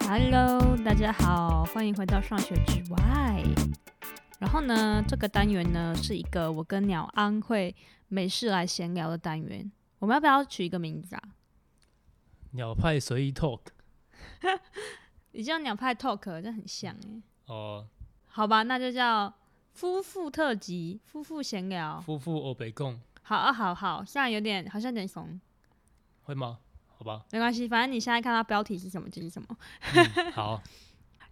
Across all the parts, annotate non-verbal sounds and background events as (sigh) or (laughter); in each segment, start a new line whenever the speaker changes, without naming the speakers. Hello，大家好，欢迎回到上学之外。然后呢，这个单元呢是一个我跟鸟安会没事来闲聊的单元。我们要不要取一个名字啊？
鸟派随意 talk
你叫鸟派 talk，这很像哎。
哦、
好吧，那就叫夫妇特辑，夫妇闲聊。
夫妇欧北共
好啊，好好，现在有点好像有点怂，
会吗？好 (laughs) 吧，
没关系，反正你现在看到标题是什么就是什么。
嗯、好，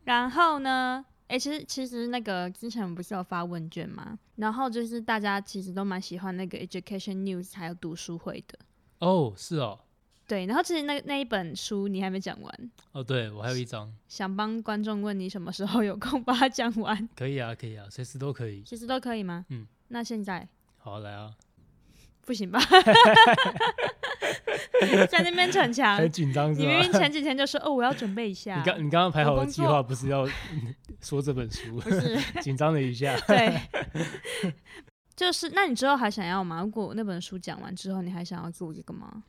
然后呢？诶，其实其实那个之前不是有发问卷吗？然后就是大家其实都蛮喜欢那个 Education News 还有读书会的。
哦，是哦，
对，然后其实那那一本书你还没讲完，
哦，对我还有一张，
想帮观众问你什么时候有空把它讲
(laughs)
完，
可以啊，可以啊，随时都可以。
其实都可以吗？
嗯，
那现在
好，来啊，
不行吧？在那边逞强，
很紧张
啊你
是
明
吧？
明前几天就说哦，我要准备一下
你，刚你刚刚排好
我
的
工
计
作
划不是要 (laughs) 说这本书，
不是
(laughs) 紧张了一下。 (laughs)
对，就是那你之后还想要吗？如果那本书讲完之后，你还想要做这个吗？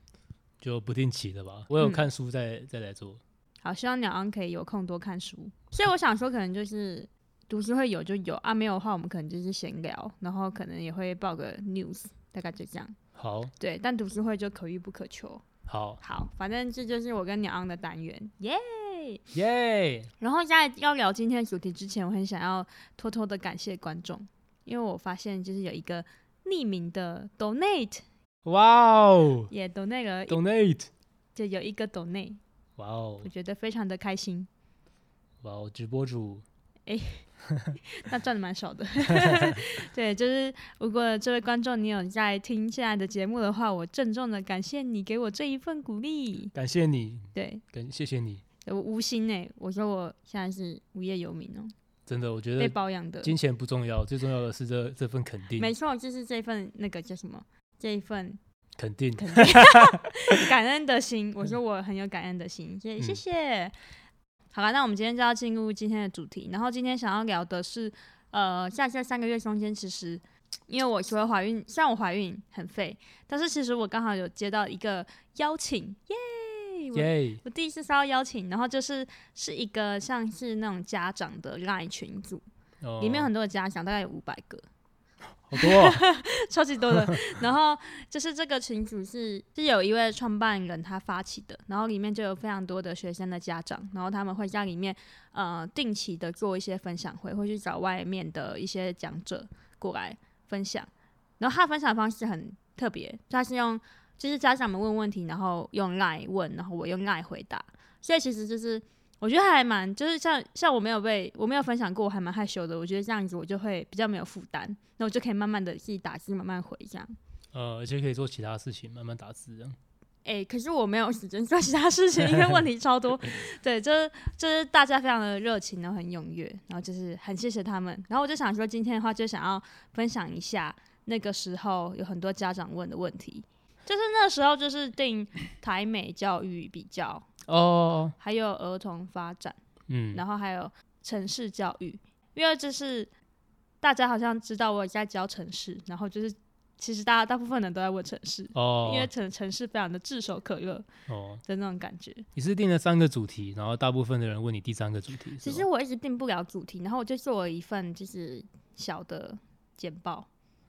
就不定期的吧，我有
嗯
看书再、再来做。
好，希望鸟昂可以有空多看书。所以我想说，可能就是读书会有就有啊，没有的话我们可能就是闲聊，然后可能也会报个 news，大概就这样。
好，
对，但读书会就可遇不可求。
好，
好，反正这就是我跟鸟昂的单元，耶、
耶、
然后在要聊今天的主题之前，我很想要偷偷的感谢观众，因为我发现就是有一个匿名的 donate
哇哦
也 donate 了，
，donate，
就有一个 donate，
哇哦
我，觉得非常的开心。
哇哦，直播主，
那赚的蛮少的。 (laughs) 对，就是如果这位观众你有在听现在的节目的话，我郑重的感谢你给我这一份鼓励。
感谢你，
对
感谢谢你，
我无心哎、我说我现在是无业游民哦、
真的，我觉
被
得
包养的。
金钱不重要，最重要的是这这份肯定，
没错，就是这份那个叫什么？这一份
肯定，
肯定 (laughs) 感恩的心，我说我很有感恩的心，谢
嗯
谢谢。好了，那我们今天就要进入今天的主题，然后今天想要聊的是，呃，在这三个月中间，其实因为我除了怀孕，虽然我怀孕很废，但是其实我刚好有接到一个邀请，耶！我 (laughs)
耶！
我第一次收到邀请，然后就是是一个像是那种家长的 LINE 群组，
哦
里面很多的家长，大概有五百个，
好多
(laughs)
哦
超级多的。 (laughs) 然后就是这个群组是是有一位创办人他发起的，然后里面就有非常多的学生的家长，然后他们会在里面呃定期的做一些分享会，会去找外面的一些讲者过来分享。然后他的分享方式很特别，他是用就是家长们问问题，然后用 Line 问，然后我用 Line 回答，所以其实就是。我觉得还蛮，就是像像我没有被我没有分享过，我还蛮害羞的。我觉得这样子我就会比较没有负担，那我就可以慢慢的自己打字，慢慢回这样。
呃，而且可以做其他事情，慢慢打字这
(laughs)
啊样。
诶，可是我没有时间做其他事情，因为问题超多。对，就是就是大家非常的热情，然后很踊跃，然后就是很谢谢他们。然后我就想说，今天的话就想要分享一下那个时候有很多家长问的问题，就是那时候就是定台美教育比较，
哦，
还有儿童发展。
嗯，
然后还有城市教育，因为就是大家好像知道我在教城市，然后就是其实大家大部分人都在问城市，
哦，
因为城城市非常的炙手可热
哦，
的那种感觉。
你是定了三个主题，然后大部分的人问你第三个主题，
其
是
实
吧
我一直定不了主题，然后我就做了一份就是小的简报，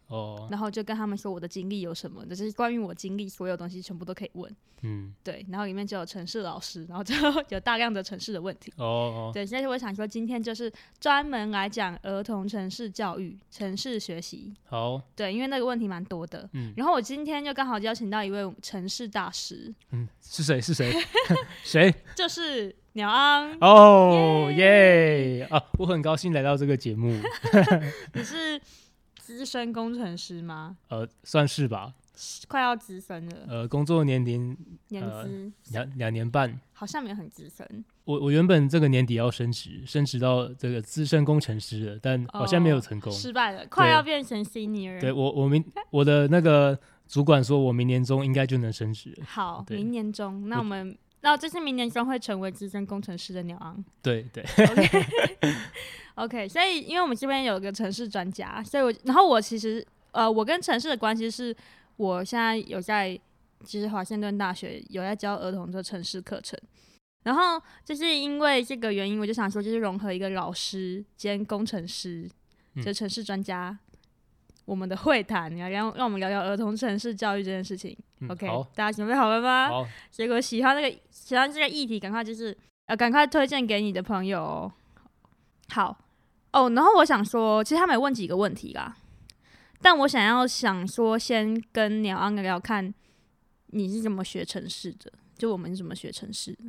哦，
然后就跟他们说我的经历有什么，就是关于我经历所有东西全部都可以问。
嗯，
对，然后里面就有城市老师，然后就 (laughs) 有大量的城市的问题。
哦哦，
对，所以我想说，今天就是专门来讲儿童城市教育、城市学习
好，
对，因为那个问题蛮多的。
嗯
然后我今天就刚好邀请到一位城市大师，
嗯，是谁？
(laughs)
是谁？谁？
就是鸟昂，
哦，耶！啊，我很高兴来到这个节目，
你是资深工程师吗？
呃，算是吧，
快要资深了，
呃，工作年龄
年资、
两两年半。
好像没有很资深。
我我原本这个年底要升职，升职到这个资深工程师了，但好像没有
哦
成功。
失败了，快要变成 senior。
对我，我明我的那个主管说，我明年中应该就能升职了。
好，
对
明年中，那
我
我们。那这是明年中会成为资深工程师的鸟昂
对对，
，OK，OK，所以因为我们这边有一个城市专家，所以我然后我其实呃，我跟城市的关系是，我现在有在其实华盛顿大学有在教儿童的城市课程，然后就是因为这个原因，我就想说，就是融合一个老师兼工程师，
嗯
就是城市专家，我们的会谈，然后让让我们聊聊儿童城市教育这件事情。
嗯
OK，
好，
大家准备好了吗？
好，
结果喜欢那个喜欢这个议题，赶快就是呃，赶快推荐给你的朋友、哦。好哦，然后我想说，其实他们有问几个问题啦，但我想要想说，先跟鸟安聊聊看你是怎么学城市的，就我们是怎么学城市的。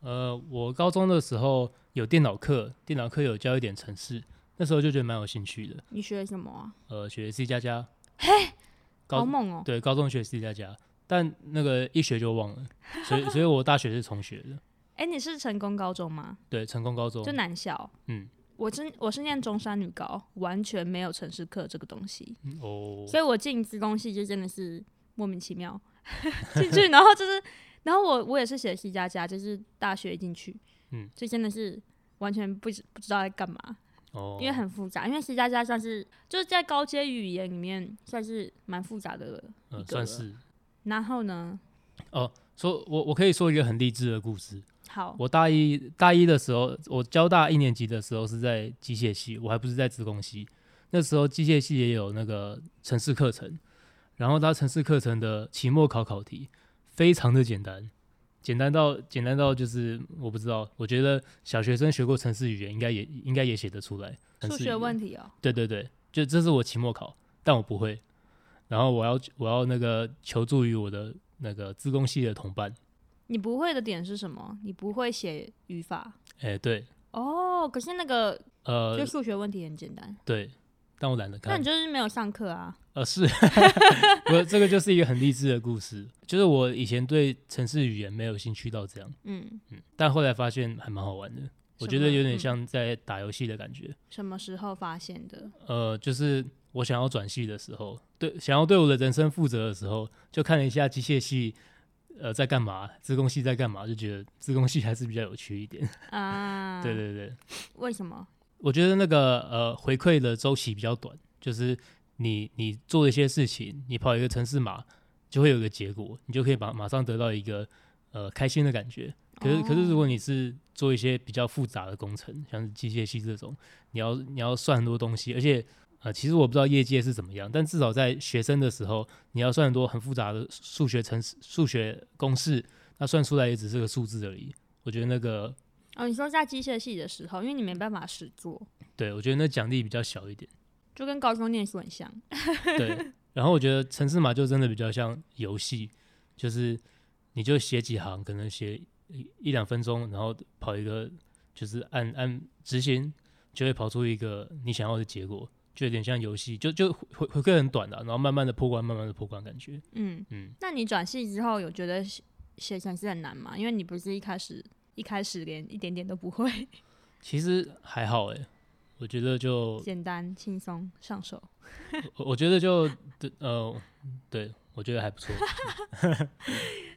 呃，我高中的时候有电脑课，电脑课有教一点程式，那时候就觉得蛮有兴趣的。
你学什么啊？
呃，学 C 加加，
好
高
猛哦！
对，高中学 C 加加，但那个一学就忘了，所以所以我大学是重学的，
哎、你是成功高中吗？
对，成功高中
就，南校。
嗯，
我真我是念中山女高，完全没有城市课这个东西。
嗯哦，
所以我进资工系就真的是莫名其妙 (laughs) 进去，然后就是，然后我我也是写 C 加加，就是大学一进去，
嗯，
就真的是完全不知不知道在干嘛，
哦，
因为很复杂，因为 C 加加算是就是在高阶语言里面算是蛮复杂的了。一
呃
个
算
了
是
然后呢，
说，我我可以说一个很励志的故事。
好，
我大一大一的时候，我交大一年级的时候是在机械系，我还不是在资工系。那时候机械系也有那个城市课程，然后它城市课程的期末考考题非常的简单，简单到简单到就是我不知道，我觉得小学生学过城市语言应该也应该也写得出来。城
数
市语
学
言
问题哦、
对对对，就这是我期末考，但我不会。然后我要我要那个求助于我的那个资工系的同伴。
你不会的点是什么？你不会写语法
哎，对，
哦，可是那个
呃
就，数学问题很简单，
对，但我懒得
那
看
你。就是没有上课啊。
呃，是， (laughs) 我这个就是一个很励志的故事，就是我以前对城市语言没有兴趣到这样，
嗯，
嗯，但后来发现还蛮好玩的，我
什
觉得
么
有点
嗯
像在打游戏的感觉。
什么时候发现的？
呃，就是我想要转系的时候，对，想要对我的人生负责的时候，就看了一下机械系。呃，在干嘛？自工系在干嘛？就觉得自工系还是比较有趣一点。 (laughs)
啊，
对，对对，
为什么？
我觉得那个呃回馈的周期比较短，就是你你做一些事情，你跑一个城市码，就会有一个结果，你就可以马马上得到一个呃开心的感觉。可是可是如果你是做一些比较复杂的工程，像是机械系这种，你要你要算很多东西，而且呃其实我不知道业界是怎么样，但至少在学生的时候，你要算很多很复杂的数学程式、数学公式，那算出来也只是个数字而已。我觉得那个
哦，你说在机械系的时候，因为你没办法实做，
对我觉得那奖励比较小一点。
就跟高中念书很像。
对，然后我觉得城市码就真的比较像游戏，就是你就写几行，可能写一一两分钟，然后跑一个，就是按按执行，就会跑出一个你想要的结果，就有点像游戏，就就回回馈很短的、啊然后慢慢的破关，慢慢的破关，感觉，
嗯，
嗯，
那你转系之后有觉得写写程式很难吗？因为你不是一开始一开始连一点点都不会，
其实还好诶、我觉得就
简单轻松上手。
我我觉得就对呃，对我觉得还不错，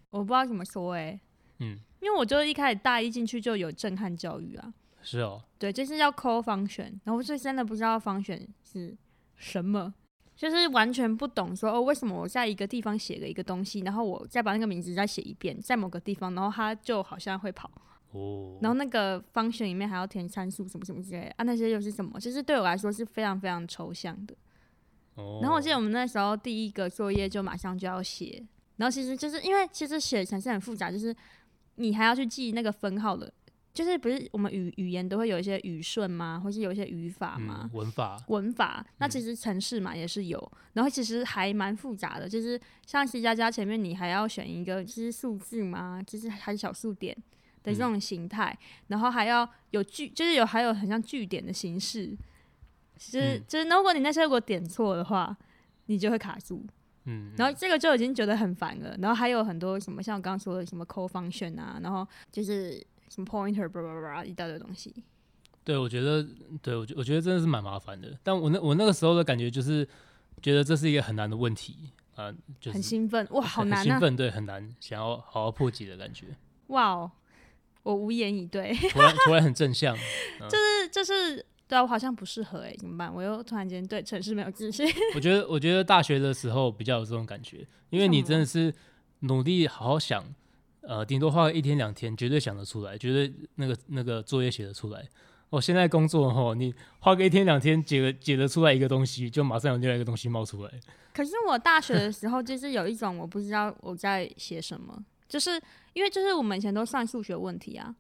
我不知道怎么说哎、
嗯，
因为我就一开始大一进去就有震撼教育啊，
是哦，
对，就是要抠方选，然后就真的不知道方选是什么，就是完全不懂说哦，为什么我在一个地方写了一个东西，然后我再把那个名字再写一遍，在某个地方，然后它就好像会跑，
哦，
然后那个方选里面还要填参数什么什么之类的啊，那些又是什么？就是对我来说是非常非常抽象的。
哦
然后我记得我们那时候第一个作业就马上就要写，然后其实就是因为其实写程式很复杂，就是你还要去记那个分号的，就是不是我们语语言都会有一些语顺吗，或是有一些语法吗？
嗯，文法，
文法，那
嗯
其实城市嘛也是有，然后其实还蛮复杂的，就是像 C 加加前面你还要选一个就是数字嘛，就是还是小数点的这
嗯
种形态，然后还要有句，就是有还有很像句点的形式，就是、
嗯
就是如果你那些如果点错的话，你就会卡住，
嗯，
然后这个就已经觉得很烦了，然后还有很多什么像我刚刚说的什么 call function 啊，然后就是什么 pointer 叭叭叭一大堆东西，
对，我觉得，对我觉我觉得真的是蛮麻烦的。但我那我那个时候的感觉就是，觉得这是一个很难的问题啊、就是
很兴奋，哇，好
很
难
兴
啊，
奋，对，很难，想要好好破解的感觉。
哇哦，我无言以 (laughs) 对。
突然突然很正向，
就是就是，对啊，我好像不适合哎、怎么办？我又突然间对城市没有自信。 (laughs)
我觉得我觉得大学的时候比较有这种感觉，因为
为什
你
么
真的是努力好好想呃，顶多花个一天两天，绝对想得出来，绝对那个那个作业写得出来。我、哦、现在工作吼，你花个一天两天解了解得出来一个东西，就马上有另外一个东西冒出来。
可是我大学的时候，就是有一种我不知道我在写什么，就是因为就是我们以前都算数学问题啊，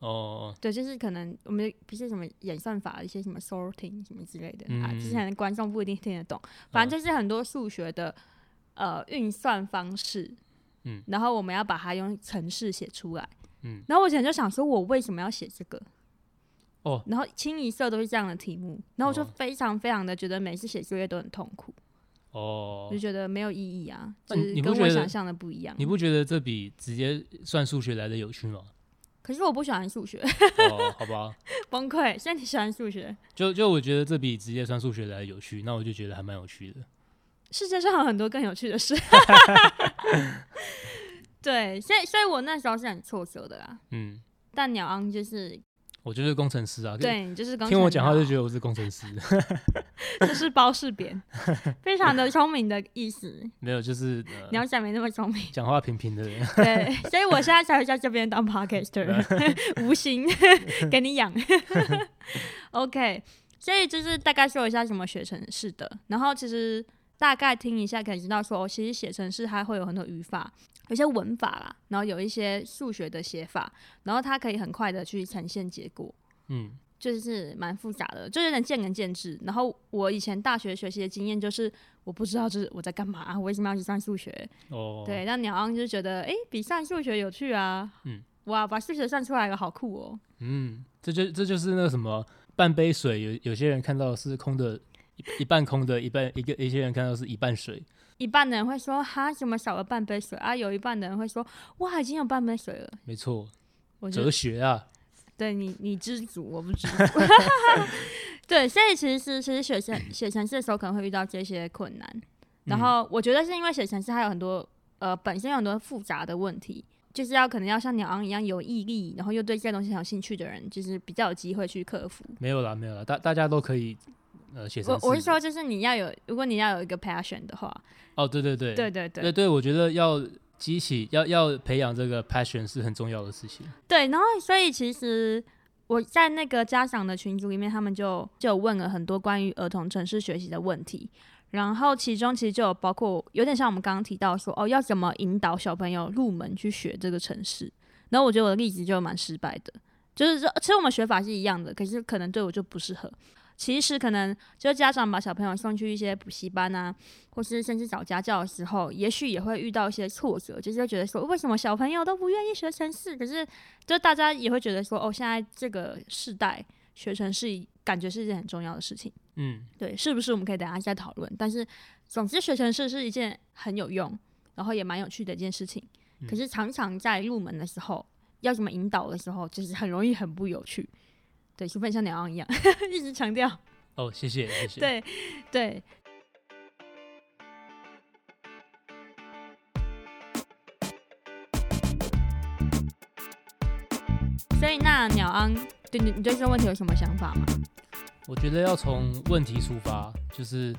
哦，
对，就是可能我们不是什么演算法，一些什么 sorting 什么之类的、啊，
嗯
之前的观众不一定听得懂，反正就是很多数学的呃运算方式，
嗯，
然后我们要把它用程式写出来，
嗯，
然后我以前就想说，我为什么要写这个？
哦，
然后清一色都是这样的题目，然后我就
哦
非常非常的觉得每次写作业都很痛苦，
哦
就，觉得没有意义啊，
那
就
你
是
你不
跟
觉
我
得
想象的不一样。
你不觉得这比直接算数学来的有趣
(laughs)
吗？
可是我不喜欢数学， (laughs)
哦，好吧，
崩溃。 (laughs) 现在你喜欢数学？
就就我觉得这比直接算数学来的有趣，那我就觉得还蛮有趣的。
世界上有很多更有趣的事。 (laughs) 对，所以所以我那时候是很挫折的啦。
嗯，
但鸟昂就是
我就是工程师啊，
对你就是刚
听我讲话就觉
得
得我是工程
(laughs)
师，
这是包世扁，非常的聪明的意
(laughs)
思。
没有就是、呃
鸟仔没那么聪明，
讲话平平的
(laughs)
人。
对，所以我现在才会在这边当 podcaster，无心给你养。OK，所以就是大概说一下什么写程式的，然后其实大概听一下可以知道说，哦，其实写程式它会有很多语法，有些文法啦，然后有一些数学的写法，然后它可以很快的去呈现结果。
嗯，
就是蛮复杂的，就有点见仁见智。然后我以前大学学习的经验就是，我不知道这是我在干嘛，我为什么要去算数学？
哦，
对，那鸟昂就觉得，哎、比算数学有趣啊！
嗯，
哇，把数学算出来了，好酷哦！
嗯，这就这就是那个什么半杯水，有有些人看到是空的，一一半空的，一半一个一些人看到是一半水。
一半的人会说，哈，怎么少了半杯水啊？有一半的人会说，哇，已经有半杯水了。
没错，
我觉
哲
得
学啊，
对你，你知足，我不知
(laughs)
足。对，所以其实其实写程写程式的时候可能会遇到这些困难，
嗯
然后我觉得是因为写程式它有很多呃本身有很多复杂的问题，就是要可能要像鸟昂一样有毅力，然后又对这些东西很有兴趣的人，就是比较有机会去克服。
没有啦，没有啦，大大家都可以呃写
我
成。
我是说，就是你要有，如果你要有一个 passion 的话，
哦，对对对，
对对对
对对，我觉得要激起要要培养这个 passion 是很重要的事情。
对。然后，所以其实我在那个家长的群组里面，他们就就有问了很多关于儿童城市学习的问题。然后其中其实就有包括有点像我们刚刚提到说，哦，要怎么引导小朋友入门去学这个城市。然后我觉得我的例子就蛮失败的，就是说，其实我们学法是一样的，可是可能对我就不适合。其实可能就是家长把小朋友送去一些补习班啊，或是甚至找家教的时候，也许也会遇到一些挫折，就是会觉得说，为什么小朋友都不愿意学城市？可是就大家也会觉得说，哦，现在这个世代学城市感觉是一件很重要的事情。
嗯，
对，是不是我们可以等一下再讨论？但是，总之学城市是一件很有用，然后也蛮有趣的一件事情。可是常常在入门的时候，要怎么引导的时候，就是很容易很不有趣。对，除非像鸟昂一样 (laughs) 一直强调。
哦，谢谢谢谢。
对对。所以那鸟昂，对你你对这个问题有什么想法吗？
我觉得要从问题出发，就是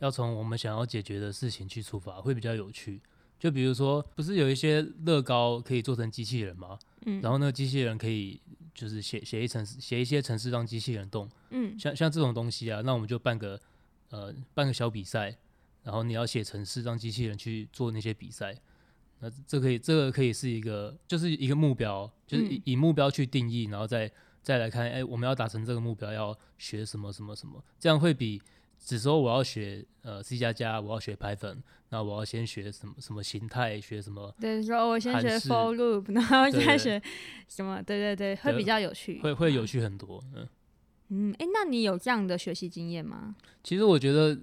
要从我们想要解决的事情去出发，会比较有趣。就比如说，不是有一些乐高可以做成机器人吗？
嗯
然后那个机器人可以就是写写一程式写一些程式让机器人动，
嗯
像像这种东西啊，那我们就办个呃办个小比赛，然后你要写程式让机器人去做那些比赛。那这可以，这个可以是一个，就是一个目标，就是以、
嗯
以目标去定义，然后再再来看，哎、我们要达成这个目标要学什么什么什么，这样会比只说我要学呃 C 加加，我要学 Python，那我要先学什么什么形态，学什么，
对，说哦我先
韩
学
式
for loop，然后
对
再
对
学什么？对对对，会
对
比较有趣。
会会有趣很多。嗯，
嗯，哎，那你有这样的学习经验吗？
其实我觉得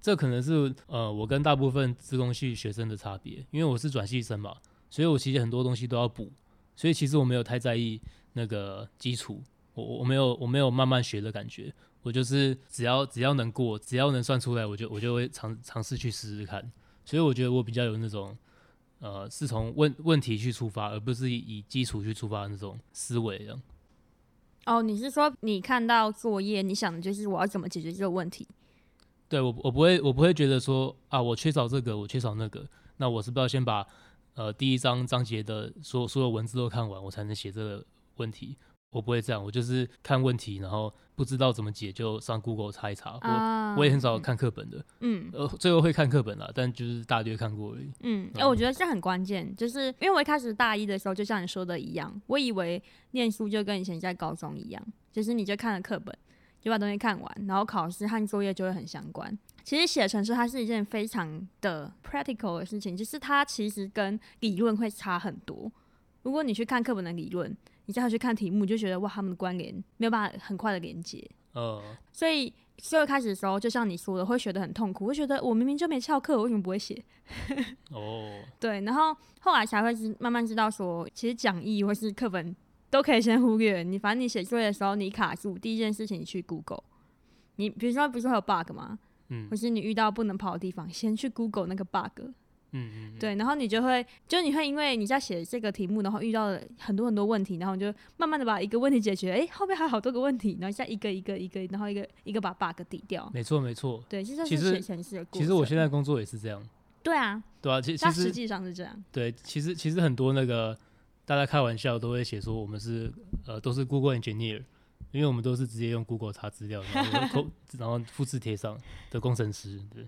这可能是呃我跟大部分自工系学生的差别，因为我是转系生嘛，所以我其实很多东西都要补，所以其实我没有太在意那个基础，我我我没有我没有慢慢学的感觉，我就是只要只要能过，只要能算出来，我就我就会尝尝试去试试看，所以我觉得我比较有那种。呃，是从问问题去出发，而不是以以基础去出发的那种思维这样。
哦，你是说你看到作业，你想的就是我要怎么解决这个问题？
对我不我不会我不会觉得说啊，我缺少这个，我缺少那个，那我是不是要先把呃第一章章节的所有所有文字都看完，我才能写这个问题。我不会这样，我就是看问题，然后不知道怎么解就上 Google 查一查。我
啊
我也很少看课本的，
嗯
呃，最后会看课本啦，但就是大略看过而已。
嗯，哎、
嗯
我觉得这很关键，就是因为我一开始大一的时候，就像你说的一样，我以为念书就跟以前在高中一样，就是你就看了课本，就把东西看完，然后考试和作业就会很相关。其实写程式它是一件非常的 practical 的事情，就是它其实跟理论会差很多。如果你去看课本的理论，你再回去看题目，你就觉得哇，他们的关联没有办法很快的连接。
呃，
所以最后开始的时候，就像你说的，会学得很痛苦，会觉得我明明就没翘课，我为什么不会写？
哦，
对，然后后来才会知慢慢知道说，其实讲义或是课本都可以先忽略。你反正你写作业的时候你卡住，第一件事情你去 Google，你比如说不是会有 bug 吗？
嗯
或是你遇到不能跑的地方，先去 Google 那个 bug。
嗯嗯，
对，然后你就会，就你会因为你在写这个题目，然后遇到了很多很多问题，然后你就慢慢的把一个问题解决，诶，后面还有好多个问题，然后再一个一个一个，然后一个一个把 bug 抵掉。
没错没错。
对，这就
其
是
实
写程式的过
其实我
程
现在工作也是这样，
对啊，
对啊，其
它
其
实
实
际上是这样。
对，其实其实很多那个大家开玩笑都会写说我们是呃都是 Google engineer，因为我们都是直接用 Google 查资料，然后扣 (laughs) 然后复制贴上的工程师，对，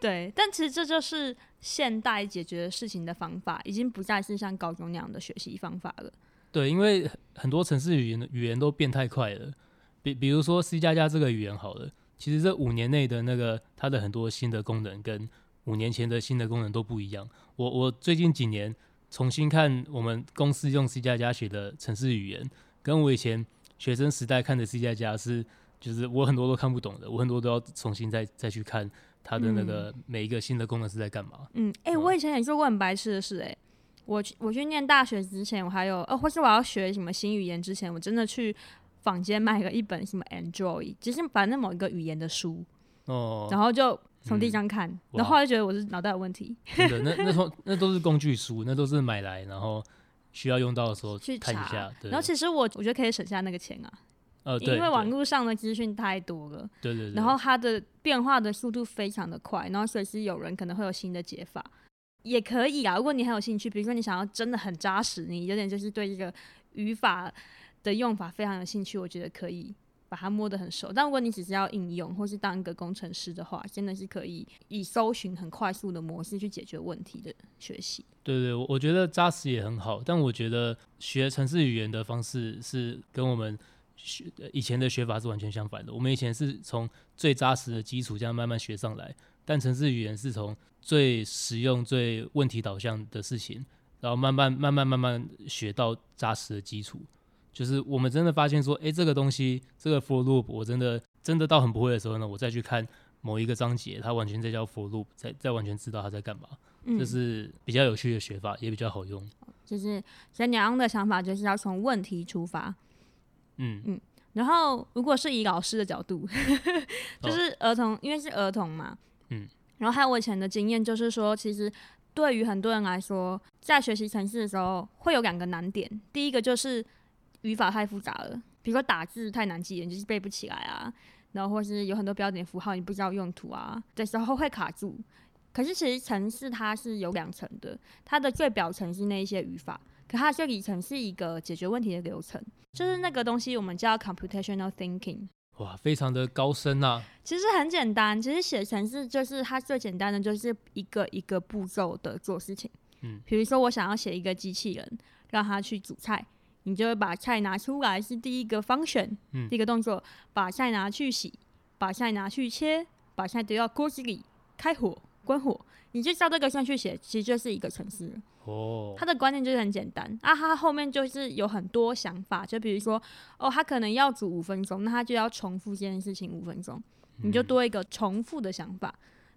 对，但其实这就是现代解决事情的方法，已经不再是像高中那样的学习方法了。
对，因为很多城市语言语言都变太快了，比比如说 C 加加这个语言好了，其实这五年内的那个它的很多新的功能跟五年前的新的功能都不一样。我我最近几年重新看我们公司用 C 加加写的城市语言，跟我以前学生时代看的 C 加加是，就是我很多都看不懂的，我很多都要重新再再去看它的那个每一个新的功能是在干嘛。
嗯，哎、我以前也做过很白痴的事、诶，哎，我去我去念大学之前，我还有，呃，或是我要学什么新语言之前，我真的去坊间买了一本什么 Android，就是反正某一个语言的书，
哦，嗯
然后就从第一章看，然后后来就觉得我是脑袋有问题，
(laughs) 真的，那那从那都是工具书，那都是买来然后需要用到的时候
去
看一
查
下。对
然后，其实我我觉得可以省下那个钱啊，
呃，对，
因为网
对
络上的资讯太多了。
对对对，
然后它的变化的速度非常的快，然后随时有人可能会有新的解法，也可以啊。如果你很有兴趣，比如说你想要真的很扎实，你有点就是对这个语法的用法非常有兴趣，我觉得可以把它摸得很熟。但如果你只是要应用或是当一个工程师的话，真的是可以以搜寻很快速的模式去解决问题的学习。
对对，我我觉得扎实也很好，但我觉得学城市语言的方式是跟我们学呃以前的学法是完全相反的。我们以前是从最扎实的基础这样慢慢学上来，但城市语言是从最实用、最问题导向的事情，然后慢慢、慢慢、慢慢学到扎实的基础。就是我们真的发现说，诶，这个东西，这个 for loop，我真的真的到很不会的时候呢，我再去看某一个章节，它完全在叫 for loop，再再完全知道它在干嘛。
嗯
这是比较有趣的学法，也比较好用。
就是所以娘的想法就是要从问题出发，
嗯，
然后，如果是以老师的角度， (laughs) 就是儿童，因为是儿童嘛，
嗯，
然后还有我以前的经验就是说，其实对于很多人来说，在学习程式的时候会有两个难点，第一个就是语法太复杂了，比如说打字太难记了，你就是背不起来啊，然后或是有很多标点符号你不知道用途啊，的时候会卡住。可是其实程式它是有两层的，它的最表层是那一些语法，可它的最里层是一个解决问题的流程。就是那个东西，我们叫 computational thinking。
哇，非常的高深啊。
其实很简单，其实写程式就是它最简单的，就是一个一个步骤的做事情。
嗯，
比如说我想要写一个机器人，让它去煮菜，你就会把菜拿出来是第一个 function，、
嗯
第一个动作，把菜拿去洗，把菜拿去切，把菜丢到锅子里，开火、关火，你就照这个顺序写，其实就是一个程式了。
哦，
他的观念就是很简单啊，他后面就是有很多想法，就比如说，哦，他可能要煮五分钟，那他就要重复这件事情五分钟，你就多一个重复的想法。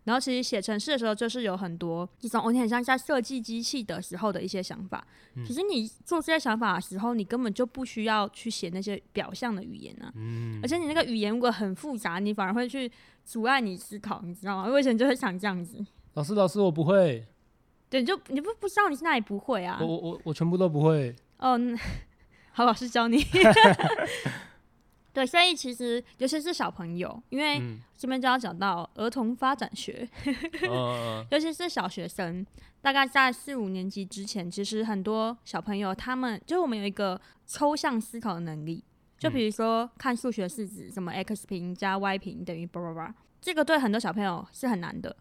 然后其实写程式的时候，就是有很多一种，哦，你很像在设计机器的时候的一些想法。
嗯
可是你做这些想法的时候，你根本就不需要去写那些表象的语言啊。
嗯
而且你那个语言如果很复杂，你反而会去阻碍你思考，你知道吗？我以前就会想这样子，
老师，老师，我不会，
对，你就你不不知道你是哪里不会啊。
我我我我全部都不会。
哦，嗯好，老师教你。 (laughs) 对，所以其实尤其是小朋友，因为
嗯，
这边就要讲到儿童发展学，
嗯嗯
尤其是小学生，大概在四五年级之前，其实很多小朋友他们就是我们有一个抽象思考的能力，
嗯
就比如说看数学式子，什么 x 平加 y 平等于叭叭叭，这个对很多小朋友是很难的。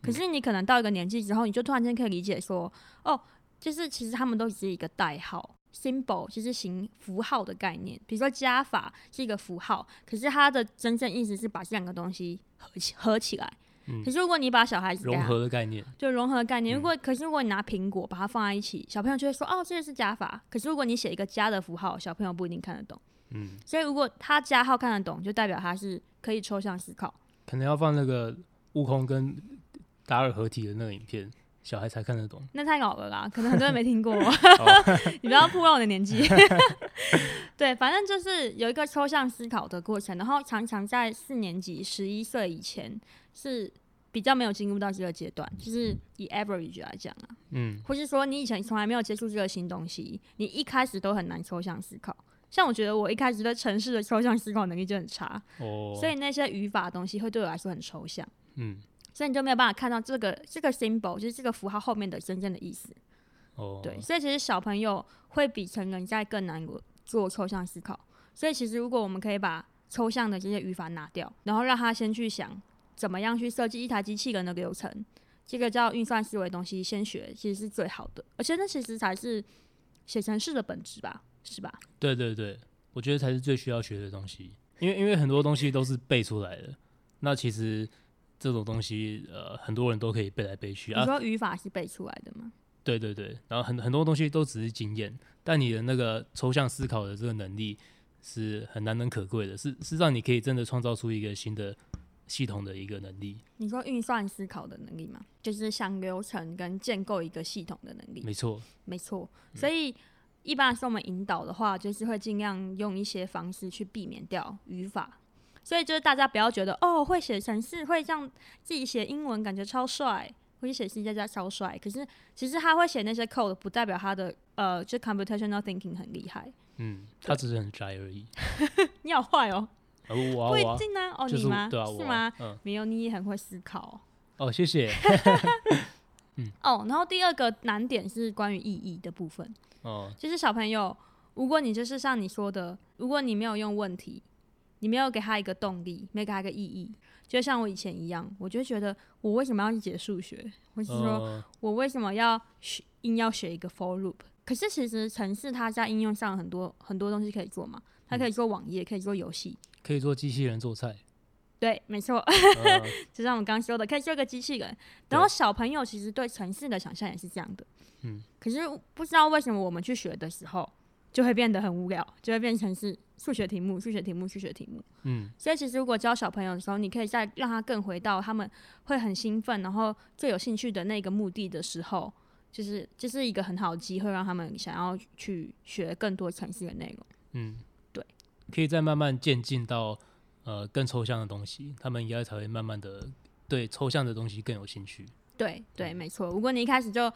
可
嗯
是你可能到一个年纪之后，你就突然间可以理解说，哦，就是其实他们都只是一个代号。symbol 就是形符号的概念，比如说加法是一个符号，可是它的真正意思是把这两个东西合起合起来。
嗯
可 (laughs) 是如果你把小孩子给
融
他
合的概念，
就融合的概念。
嗯
如果、可是如果你拿苹果把它放在一起，小朋友就会说哦，这个是加法。可是如果你写一个加的符号，小朋友不一定看得懂。
嗯，
所以如果他加号看得懂，就代表他是可以抽象思考。
可能要放那个悟空跟达尔合体的那个影片，小孩才看得懂。
那太老了啦，可能很多人没听过，
哦
(laughs) 你不要暴露我的年纪。 (laughs) 对，反正就是有一个抽象思考的过程，然后常常在四年级、十一岁以前是比较没有进入到这个阶段，就是以 average 来讲啊，
嗯
或是说你以前从来没有接触这个新东西，你一开始都很难抽象思考。像我觉得我一开始对城市的抽象思考能力就很差，
哦，
所以那些语法的东西会对我来说很抽象，
嗯
所以你就没有办法看到这个这个 symbol，就是这个符号后面的真正的意思。
哦，
对，所以其实小朋友会比成人在更难做抽象思考。所以其实如果我们可以把抽象的这些语法拿掉，然后让他先去想怎么样去设计一台机器人的流程，这个叫运算思维的东西先学，其实是最好的。而且那其实才是写程式的本质吧，是吧？
对对对，我觉得才是最需要学的东西，因为因为很多东西都是背出来的，那其实这种东西呃很多人都可以背来背去
你
啊，
说语法是背出来的吗？
对对对，然后很很多东西都只是经验，但你的那个抽象思考的这个能力是很难能可贵的，是是让你可以真的创造出一个新的系统的一个能力，
你说运算思考的能力吗？就是想流程跟建构一个系统的能力。
没错，
没错，
嗯
所以一般来说我们引导的话，就是会尽量用一些方式去避免掉语法。所以就是大家不要觉得哦，会写程式会让自己写英文感觉超帅，会写 C 加加超帅。可是其实他会写那些 code，不代表他的呃，就 computational thinking 很厉害。
嗯，他只是很宅而已，
你好坏哦，
而我啊
不一
我啊
定啊。哦，
就是
你吗？
对啊
是
我
吗
啊？，嗯，
没有，你也很会思考哦。
哦
(laughs)
谢谢，嗯
哦，然后第二个难点是关于意义的部分。
哦
就是小朋友，如果你就是像你说的，如果你没有用问题，你没有给他一个动力，没有给他一个意义，就像我以前一样，我就会觉得我为什么要去解数学？我是说
嗯
我为什么要学硬要学一个 for loop？可是其实城市它在应用上很多很多东西可以做嘛，它可以做网页，可以做游戏。
可以做机器人
(laughs)
做菜，
对，没错，
嗯
就像我刚说的，可以做一个机器人。然后小朋友其实对城市的想象也是这样的，
嗯，
可是不知道为什么我们去学的时候，就会变得很无聊，就会变成是数学题目、数学题目、数学题目。
嗯。
所以其实如果教小朋友的时候，你可以再让他更回到他们会很兴奋，然后最有兴趣的那个目的的时候，就是就是一个很好的机会，让他们想要去学更多城市的内容。
嗯，
(laughs) 对，
可以再慢慢渐进到呃更抽象的东西，他们应该才会慢慢的对抽象的东西更有兴趣。
对
嗯
对，没错。如果你一开始就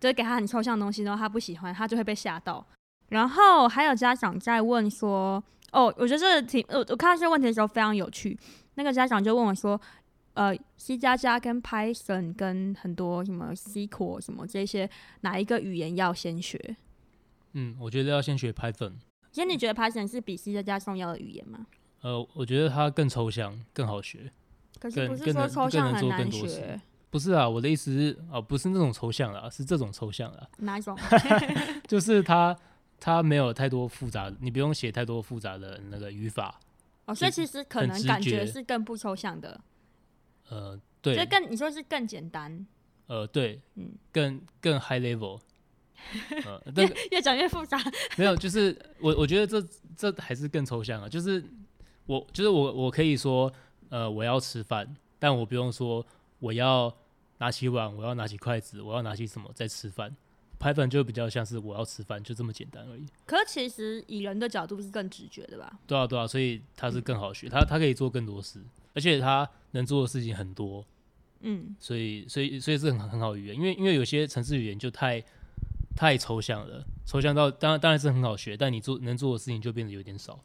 就给他很抽象的东西，然后他不喜欢，他就会被吓到。然后还有家长在问说，哦，我觉得这个题，我我看到这个问题的时候非常有趣。那个家长就问我说，呃，C 加加跟 Python 跟很多什么 SQL 什么这些，哪一个语言要先学？
嗯，我觉得要先学 Python，
其实你觉得 Python 是比 C 加加重要的语言吗？
呃，我觉得它更抽象，更好学。
可是不
更
是
更
说
能
抽
更
象
能
很
做
难
更多事
学，
不是啊，我的意思是啊、不是那种抽象啊，是这种抽象啊，
哪一
(laughs)
种？
就是它它没有太多复杂，你不用写太多复杂的那个语法。
哦，所以
就
其实可
很
能
直
感觉
觉
是更不抽象的，
呃，
就
对，
更你说是更简单。
呃，对，
嗯
更更 high level。呃，但
(laughs) 越讲越复杂。
没有，就是我我觉得这这还是更抽象啊，就是我就是我我可以说呃我要吃饭，但我不用说我要拿起碗，我要拿起筷子，我要拿起什么在吃饭。Python 就比较像是我要吃饭，就这么简单而已。
可其实以人的角度是更直觉的吧？
对啊，对啊，所以它是更好学，它它可以做更多事，而且它能做的事情很多，
嗯，
所以所以所以是很很好的语言，因为因为有些城市语言就太太抽象了，抽象到当然当然是很好学，但你做能做的事情就变得有点少。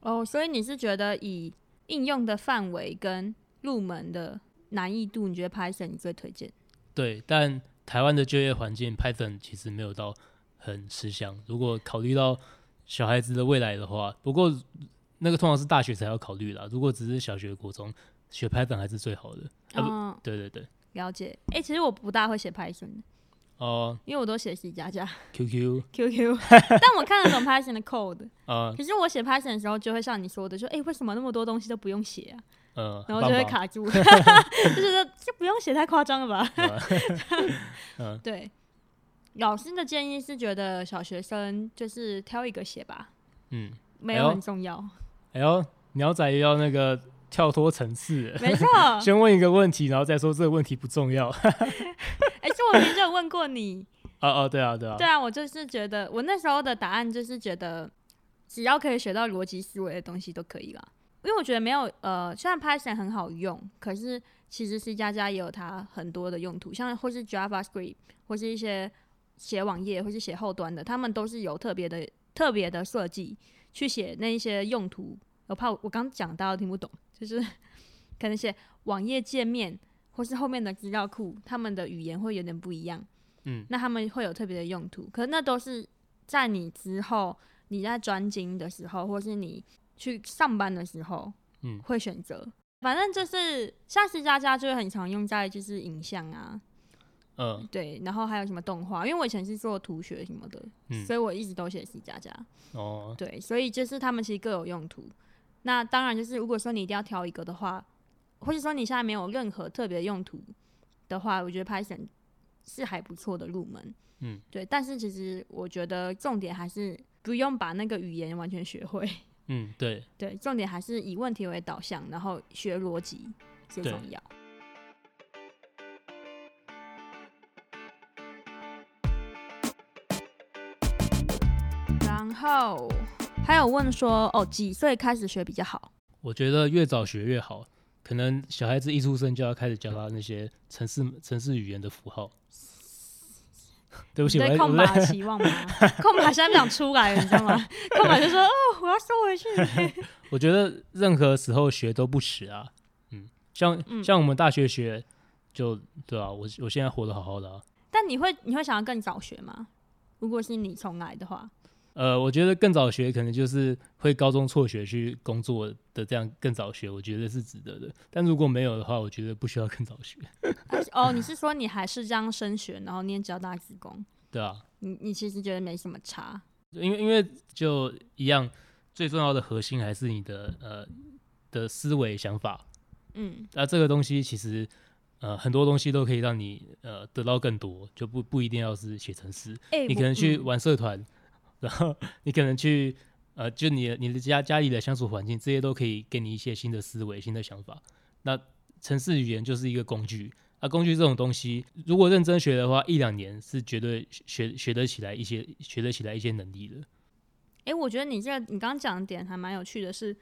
哦，所以你是觉得以应用的范围跟入门的难易度，你觉得 Python 你最推荐？
对，但台湾的就业环境，Python 其实没有到很吃香。如果考虑到小孩子的未来的话，不过那个通常是大学才要考虑啦。如果只是小学、国中学 Python 还是最好的。啊不
嗯，
对对对，
了解。哎、其实我不大会写 Python，的
哦、
因为我都写 C 加 (laughs) 加、
QQ，
QQ，但我看得懂 Python 的
(laughs)
code。
呃
可是我写 Python 的时候，就会像你说的，就哎、为什么那么多东西都不用写啊？
呃，
然
很
后就
棒
会
吧
卡
(laughs)
住，就是这不用写太夸张了吧？ (laughs)
嗯
对，老师的建议是觉得小学生就是挑一个写吧，
嗯，
没
哎
有
呦
很重要，
哎呦，鸟仔又要那个跳脱层次
(laughs)
了， (laughs)
没错。
先问一个问题，然后再说这个问题不重要。 (laughs)
哎、这我明明就有问过你，
哦哦，对啊对啊，
对啊，我就是觉得我那时候的答案就是觉得，只要可以学到逻辑思维的东西都可以啦。因为我觉得没有呃，虽然 Python 很好用，可是其实 C 加加也有它很多的用途，像或是 JavaScript 或是一些写网页或是写后端的，他们都是有特别的特别的设计去写那一些用途。我怕我我刚讲大家都听不懂，就是 (laughs) 可能写网页界面或是后面的资料库，他们的语言会有点不一样。
嗯，
那他们会有特别的用途，可那都是在你之后你在专精的时候，或是你去上班的时候，
嗯
会选择。反正就是像 C 加加就会很常用在就是影像啊，
嗯
对，然后还有什么动画，因为我以前是做图学什么的，
嗯
所以我一直都写 C 加加。
哦
对，所以就是他们其实各有用途。那当然就是，如果说你一定要挑一个的话，或者说你现在没有任何特别用途的话，我觉得 Python 是还不错的入门。
嗯，
对。但是其实我觉得重点还是不用把那个语言完全学会，
嗯对，
对，重点还是以问题为导向，然后学逻辑最
对
重要。然后还有问说，哦，几岁开始学比较好？
我觉得越早学越好。可能小孩子一出生就要开始教他那些城市 (laughs) 城市语言的符号。对不起，我
对
在
空
我在
白的期望吗？空白现在不想出来了，你知道吗？空白就说，哦，我要收回去。
(laughs) 我觉得任何时候学都不迟啊。嗯，像
嗯
像我们大学学就对啊，我我现在活得好好的啊。
但你会你会想要更早学吗？如果是你重来的话，
呃，我觉得更早学可能就是会高中辍学去工作的，这样更早学，我觉得是值得的。但如果没有的话，我觉得不需要更早学，
哦，你是说你还是这样升学，然后念交大职工？
对啊，
你你其实觉得没什么差，
因为因为就一样，最重要的核心还是你的呃的思维想法。
嗯，
那、这个东西其实呃很多东西都可以让你呃得到更多，就不不一定要是写程式，
哎、
你
我
可能去
嗯
玩社团，然后你可能去呃，就你的你的家家里的相处环境，这些都可以给你一些新的思维、新的想法。那城市语言就是一个工具，啊，工具这种东西，如果认真学的话，一两年是绝对学学得起来一些学得起来一些能力的。
哎、我觉得你这个你刚刚讲的点还蛮有趣的是，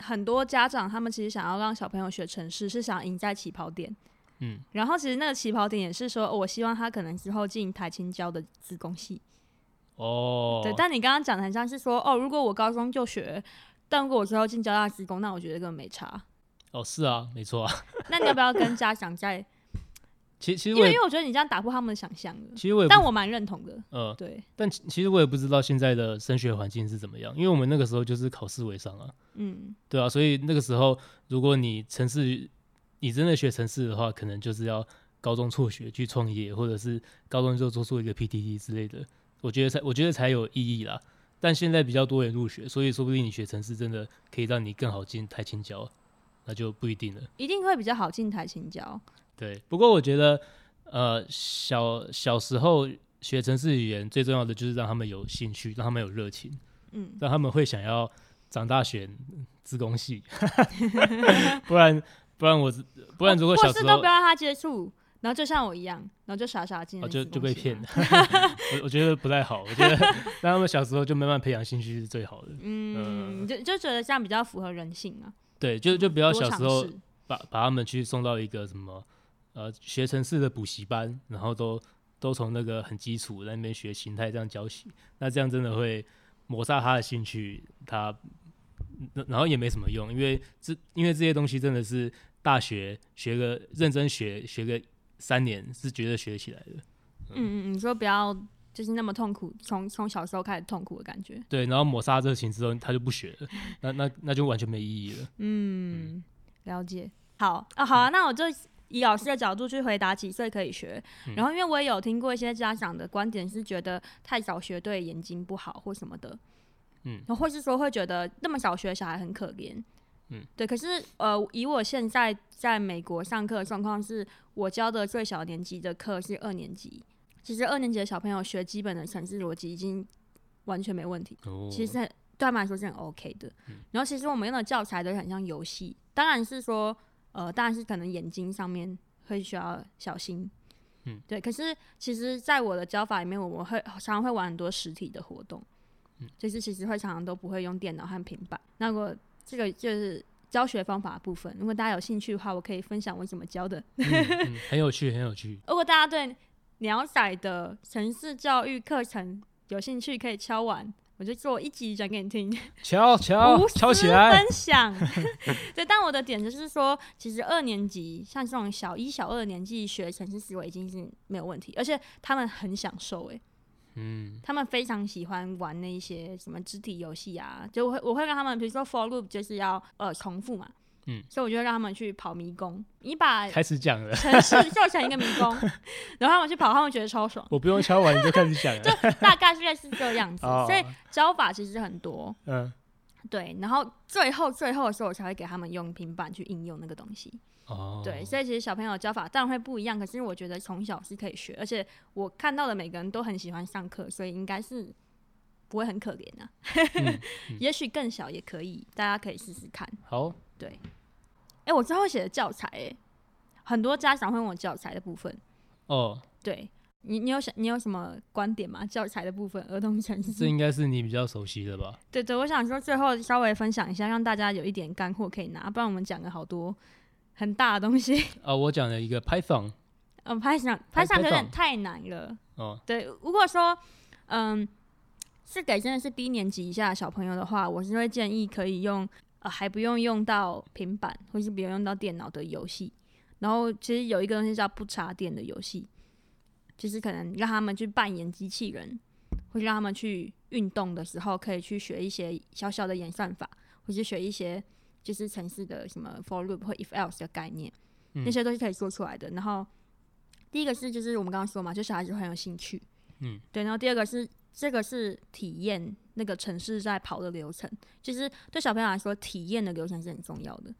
很多家长他们其实想要让小朋友学城市，是想赢在起跑点。
嗯，
然后其实那个起跑点也是说，哦我希望他可能之后进台青教的职工系。
哦，
对，但你刚刚讲的很像是说，哦，如果我高中就学，但如果我之后进交大职工，那我觉得根本没差。
哦，是啊，没错啊。
那你要不要跟家长再？
其其
因
实我
为因
也
为我觉得你这样打破他们的想象了，
其实我也不
但我蛮认同的。
呃，
对，
但其其实我也不知道现在的升学环境是怎么样，因为我们那个时候就是考试为上啊。
嗯，
对啊，所以那个时候，如果你城市，你真的学城市的话，可能就是要高中辍学去创业，或者是高中就做出一个 PTT 之类的，我觉得才我觉得才有意义啦。但现在比较多人入学，所以说不定你学城市真的可以让你更好进台青教，那就不一定了。
一定会比较好进台青教。
对，不过我觉得，呃，小小时候学城市语言最重要的就是让他们有兴趣，让他们有热情。
嗯，
让他们会想要长大选自
(laughs)
工系，不然不然我不然如果
或
小
是
时
都
候
不要让他接触，然后就像我一样，然后就傻傻进、，
啊就就被骗了。
(laughs)
我我觉得不太好，我觉得让他们小时候就慢慢培养兴趣是最好的。
嗯，就就觉得这样比较符合人性啊。
对，就就不要
多
小
尝
时候
试嗯
把把他们去送到一个什么呃学城市的补习班，然后都都从那个很基础在那边学形态这样教习，那这样真的会抹杀他的兴趣，他然然后也没什么用，因为这因为这些东西真的是大学学个认真学学个三年是绝对学起来的。
嗯嗯，你说不要就是那么痛苦，从从小时候开始痛苦的感觉。
对，然后抹杀热情之后，他就不学了，那那那就完全没意义了。
嗯，了解。好啊，好啊，
嗯
那我就以老师的角度去回答几岁可以学。
嗯
然后，因为我也有听过一些家长的观点是觉得太早学对眼睛不好或什么的，
嗯，
或是说会觉得那么小学小孩很可怜。
嗯，
对。可是，呃，以我现在在美国上课的状况是，我教的最小年级的课是二年级。其实二年级的小朋友学基本的城市逻辑已经完全没问题。
哦，
嗯其实很对他们来说是很 OK 的。
嗯
然后其实我们用的教材都很像游戏，当然是说，呃，当然是可能眼睛上面会需要小心。
嗯，
对。可是其实，在我的教法里面，我们会常常会玩很多实体的活动，
嗯
就是其实会常常都不会用电脑和平板。那如果这个就是教学方法的部分，如果大家有兴趣的话，我可以分享我怎么教的。
嗯很有趣，很有趣。
如果大家对鸟仔的城市教育课程有兴趣，可以敲完，我就做一集讲给你听。
敲
无
敲
私
哦敲起来，
分
(laughs)
享。对，但我的点就是说，其实二年级像这种小一、小二的年纪学城市思维已经是没有问题，而且他们很享受诶、
嗯
他们非常喜欢玩那一些什么肢体游戏啊，就我会我会让他们，比如说 for loop 就是要呃重复嘛，
嗯，
所以我就会让他们去跑迷宫，你把
开始讲了，
城市做成一个迷宫， (laughs) 然后他们去跑，他们觉得超爽，
我不用敲完你就开始
(laughs)
讲了。
大概是类似这个样子，
哦
所以教法其实很多，
嗯，
对，然后最后最后的时候，我才会给他们用平板去应用那个东西。
哦，
对，所以其实小朋友的教法当然会不一样，可是我觉得从小是可以学，而且我看到的每个人都很喜欢上课，所以应该是不会很可怜啊。 (laughs)
嗯
也许更小也可以，大家可以试试看。
好，
哎、我之后写的教材、诶，很多家长会问我教材的部分，
哦，
对你，你有想你有什么观点吗？教材的部分，儿童城市
这应该是你比较熟悉的吧？
对对，我想说最后稍微分享一下，让大家有一点干货可以拿，不然我们讲了好多很大的东西。
啊，我讲了一个 Python，
嗯，拍上拍上有
拍
点
上
太难了。
哦，
对，如果说嗯是给真的是低年级以下的小朋友的话，我是会建议可以用呃还不用用到平板或是不用用到电脑的游戏。然后其实有一个东西叫不插电的游戏，就是可能让他们去扮演机器人，或是让他们去运动的时候可以去学一些小小的演算法，或是学一些就是城市的什么 for loop 或 if else 的概念，
嗯
那些都是可以做出来的。然后第一个是就是我们刚刚说嘛，就小孩子会很有兴趣，
嗯，
对。然后第二个是这个是体验那个城市在跑的流程，就是对小朋友来说，体验的流程是很重要的。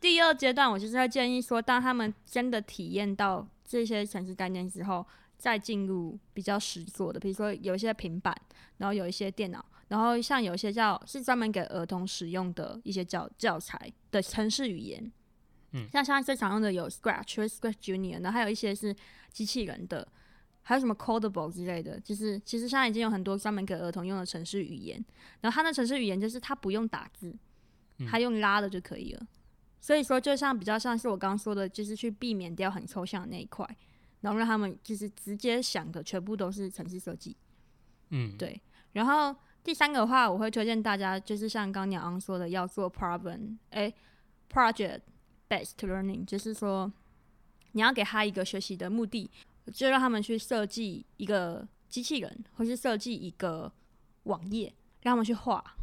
第二阶段，我就是会建议说，当他们真的体验到这些城市概念之后，再进入比较实做的，比如说有一些平板，然后有一些电脑，然后像有一些叫是专门给儿童使用的一些教教材的城市语言，
嗯
像现在最常用的有 Scratch 或 Scratch Junior，然后还有一些是机器人的，还有什么 Codable 之类的，就是其实现在已经有很多专门给儿童用的城市语言，然后它的城市语言就是它不用打字，它用拉的就可以了。所以说，就像比较像是我刚刚说的，就是去避免掉很抽象的那一块，然后让他们就是直接想的全部都是城市设计。
嗯，
对然后第三个的话，我会推荐大家，就是像刚鸟昂说的，要做 problem，哎，project based learning，就是说你要给他一个学习的目的，就让他们去设计一个机器人，或是设计一个网页，让他们去画。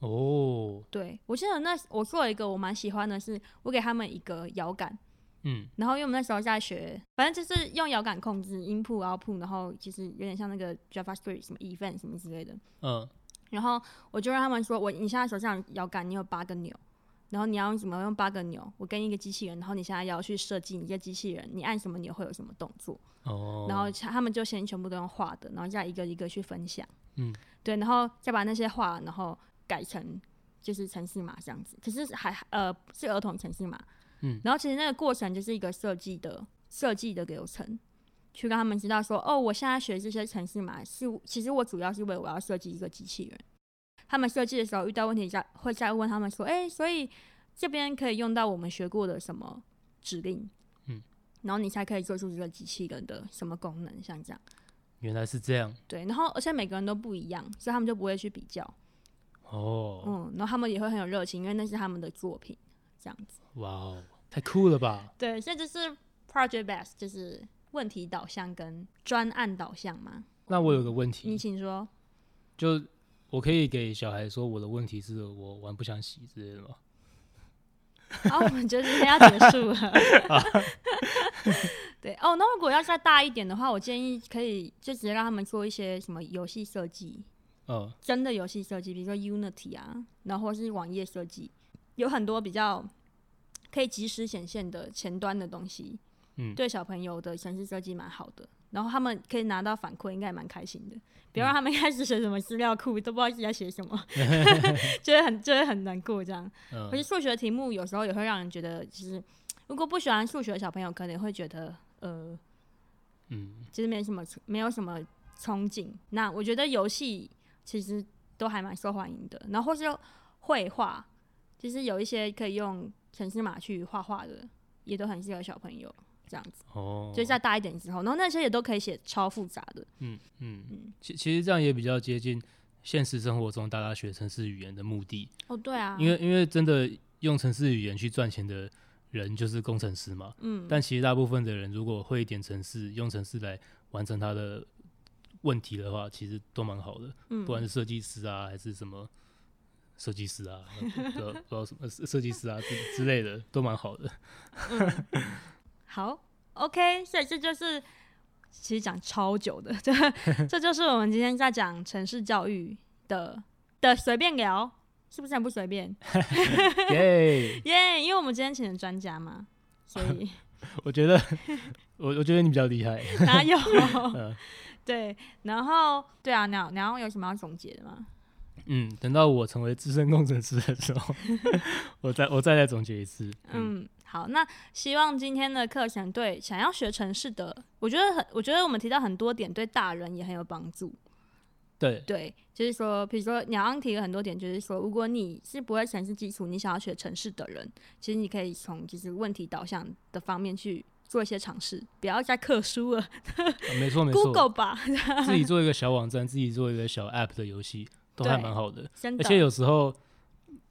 哦，
对我记得那我做了一个我蛮喜欢的是，我给他们一个摇杆，
嗯
然后因为我们那时候在学，反正就是用摇杆控制 input output，然后就是有点像那个 JavaScript 什么 event 什么之类的。
嗯
然后我就让他们说，我你现在手上摇杆，你有八个钮，然后你要用什么用八个钮？我跟一个机器人，然后你现在要去设计你这机器人，你按什么钮会有什么动作？
哦，
然后他们就先全部都用画的，然后再一个一个去分享。
嗯，
对，然后再把那些画，然后改成就是城市码这样子。可是还呃是儿童城市码，
嗯，
然后其实那个过程就是一个设计的设计的流程。去让他们知道说，哦，我现在学这些城市码是，其实我主要是为我要设计一个机器人。他们设计的时候遇到问题再会再问他们说，哎、所以这边可以用到我们学过的什么指令，
嗯，
然后你才可以做出这个机器人的什么功能，像这样。
原来是这样，
对，然后而且每个人都不一样，所以他们就不会去比较。
哦，
嗯，然后他们也会很有热情，因为那是他们的作品，这样子。
哇哦，太酷了吧！
对，所以就是 project based，就是问题导向跟专案导向嘛。
那我有个问
你
题，
请 (laughs) 说，
就我可以给小孩说我的问题是我玩不想洗之类的吗？
好，哦我们觉得今天要结束了。 (laughs) 对哦，那如果要再大一点的话，我建议可以就直接让他们做一些什么游戏设计，
嗯，
真的游戏设计，比如说 Unity 啊，然后或是网页设计，有很多比较可以及时显现的前端的东西，
嗯
对小朋友的城市设计蛮好的。然后他们可以拿到反馈，应该也蛮开心
嗯
的。不要让他们开始写什么资料库，都不知道自己在写什
(laughs)
么，就会很就会很难过这样。
嗯
可是数学题目有时候也会让人觉得，就是如果不喜欢数学的小朋友，可能会觉得呃，
嗯，
就是没什么没有什么憧憬。那我觉得游戏其实都还蛮受欢迎的，然后或是绘画，就是有一些可以用城市码去画画的，也都很适合小朋友这样子。
哦，
就再大一点之后，然后那些也都可以写超复杂的。
嗯嗯，其其实这样也比较接近现实生活中大家学城市语言的目的，
哦，对啊，
因为因为真的用城市语言去赚钱的人就是工程师嘛，
嗯，
但其实大部分的人如果会一点城市，用城市来完成他的问题的话，其实都蛮好的，
嗯
不管是设计师啊，还是什么设计师啊，不知道不知道什么设设计师啊之之类的，都蛮好的。
(laughs) 好，OK，所以这就是其实讲超久的，这这就是我们今天在讲城市教育的的随便聊，是不是很不随便？
耶、
耶、因为我们今天请了专家嘛，所以
我觉得我我觉得你比较厉害。 (laughs)
(laughs) 哪有？
嗯
(laughs) 对，然后对啊，然后然后有什么要总结的吗？
嗯，等到我成为资深工程师的时候， (laughs) 我再我再来总结一次。嗯，
嗯，好，那希望今天的课程对想要学城市的，我觉得很，我觉得我们提到很多点对大人也很有帮助。
对，
对，就是说，比如说鸟昂提了很多点，就是说，如果你是不会城市基础，你想要学城市的人，其实你可以从就是问题导向的方面去做一些尝试，不要再刻书了
啊没错 (laughs) 没错，
，Google 吧， (laughs)
自己做一个小网站，自己做一个小 App 的游戏，都还
对
蛮好的。
真
而且
的。
有时候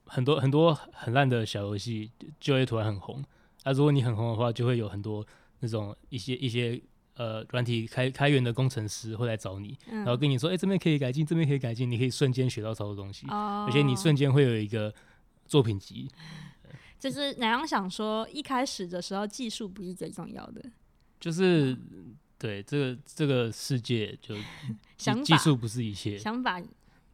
很多很多很烂的小游戏就会突然很红，那、如果你很红的话，就会有很多那种一些一些呃软体开开源的工程师会来找你，然后
嗯，
跟你说，哎、这边可以改进，这边可以改进，你可以瞬间学到超多东西，
哦
而且你瞬间会有一个作品集，
就是鸟昂想说，一开始的时候技术不是最重要的，
就是。
嗯
对，这个这个世界就技
想
技
法
术不是一切，
想法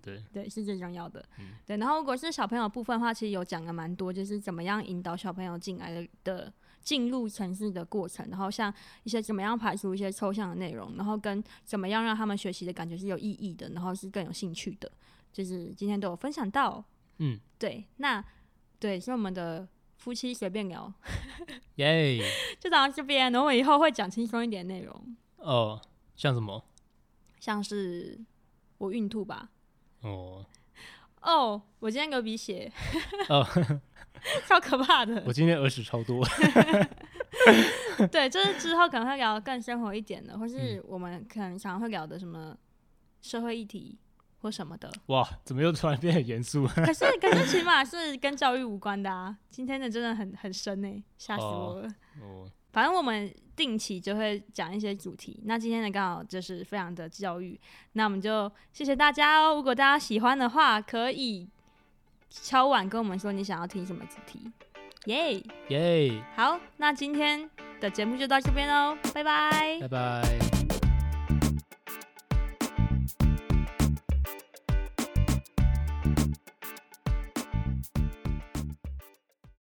对嗯
对是最重要的。对，然后如果是小朋友部分的话，其实有讲的蛮多，就是怎么样引导小朋友进来的的进入城市的过程，然后像一些怎么样排除一些抽象的内容，然后跟怎么样让他们学习的感觉是有意义的，然后是更有兴趣的，就是今天都有分享到。
嗯，
对，那对，所以我们的夫妻随便聊 (laughs)
耶、
就讲到这边，然后我以后会讲轻松一点的内容，
哦，像什么
像是我孕吐吧。
哦，
哦，我今天流鼻血，
哦
(laughs) 超可怕 (laughs) 的。
我今天耳屎超多，
对，就是之后可能会聊更生活一点的，或
嗯
是我们可能常会聊的什么社会议题或什么
(laughs)
的。
哇，怎么又突然变很严肃？
可是，可是起码是跟教育无关的啊。今天的真的很很深呢、吓死我了。
哦，
反正我们定期就会讲一些主题，那今天的刚好就是非常的教育，那我们就谢谢大家哦。如果大家喜欢的话，可以敲碗跟我们说你想要听什么主题，耶、
耶、
好，那今天的节目就到这边喽，拜拜
拜拜。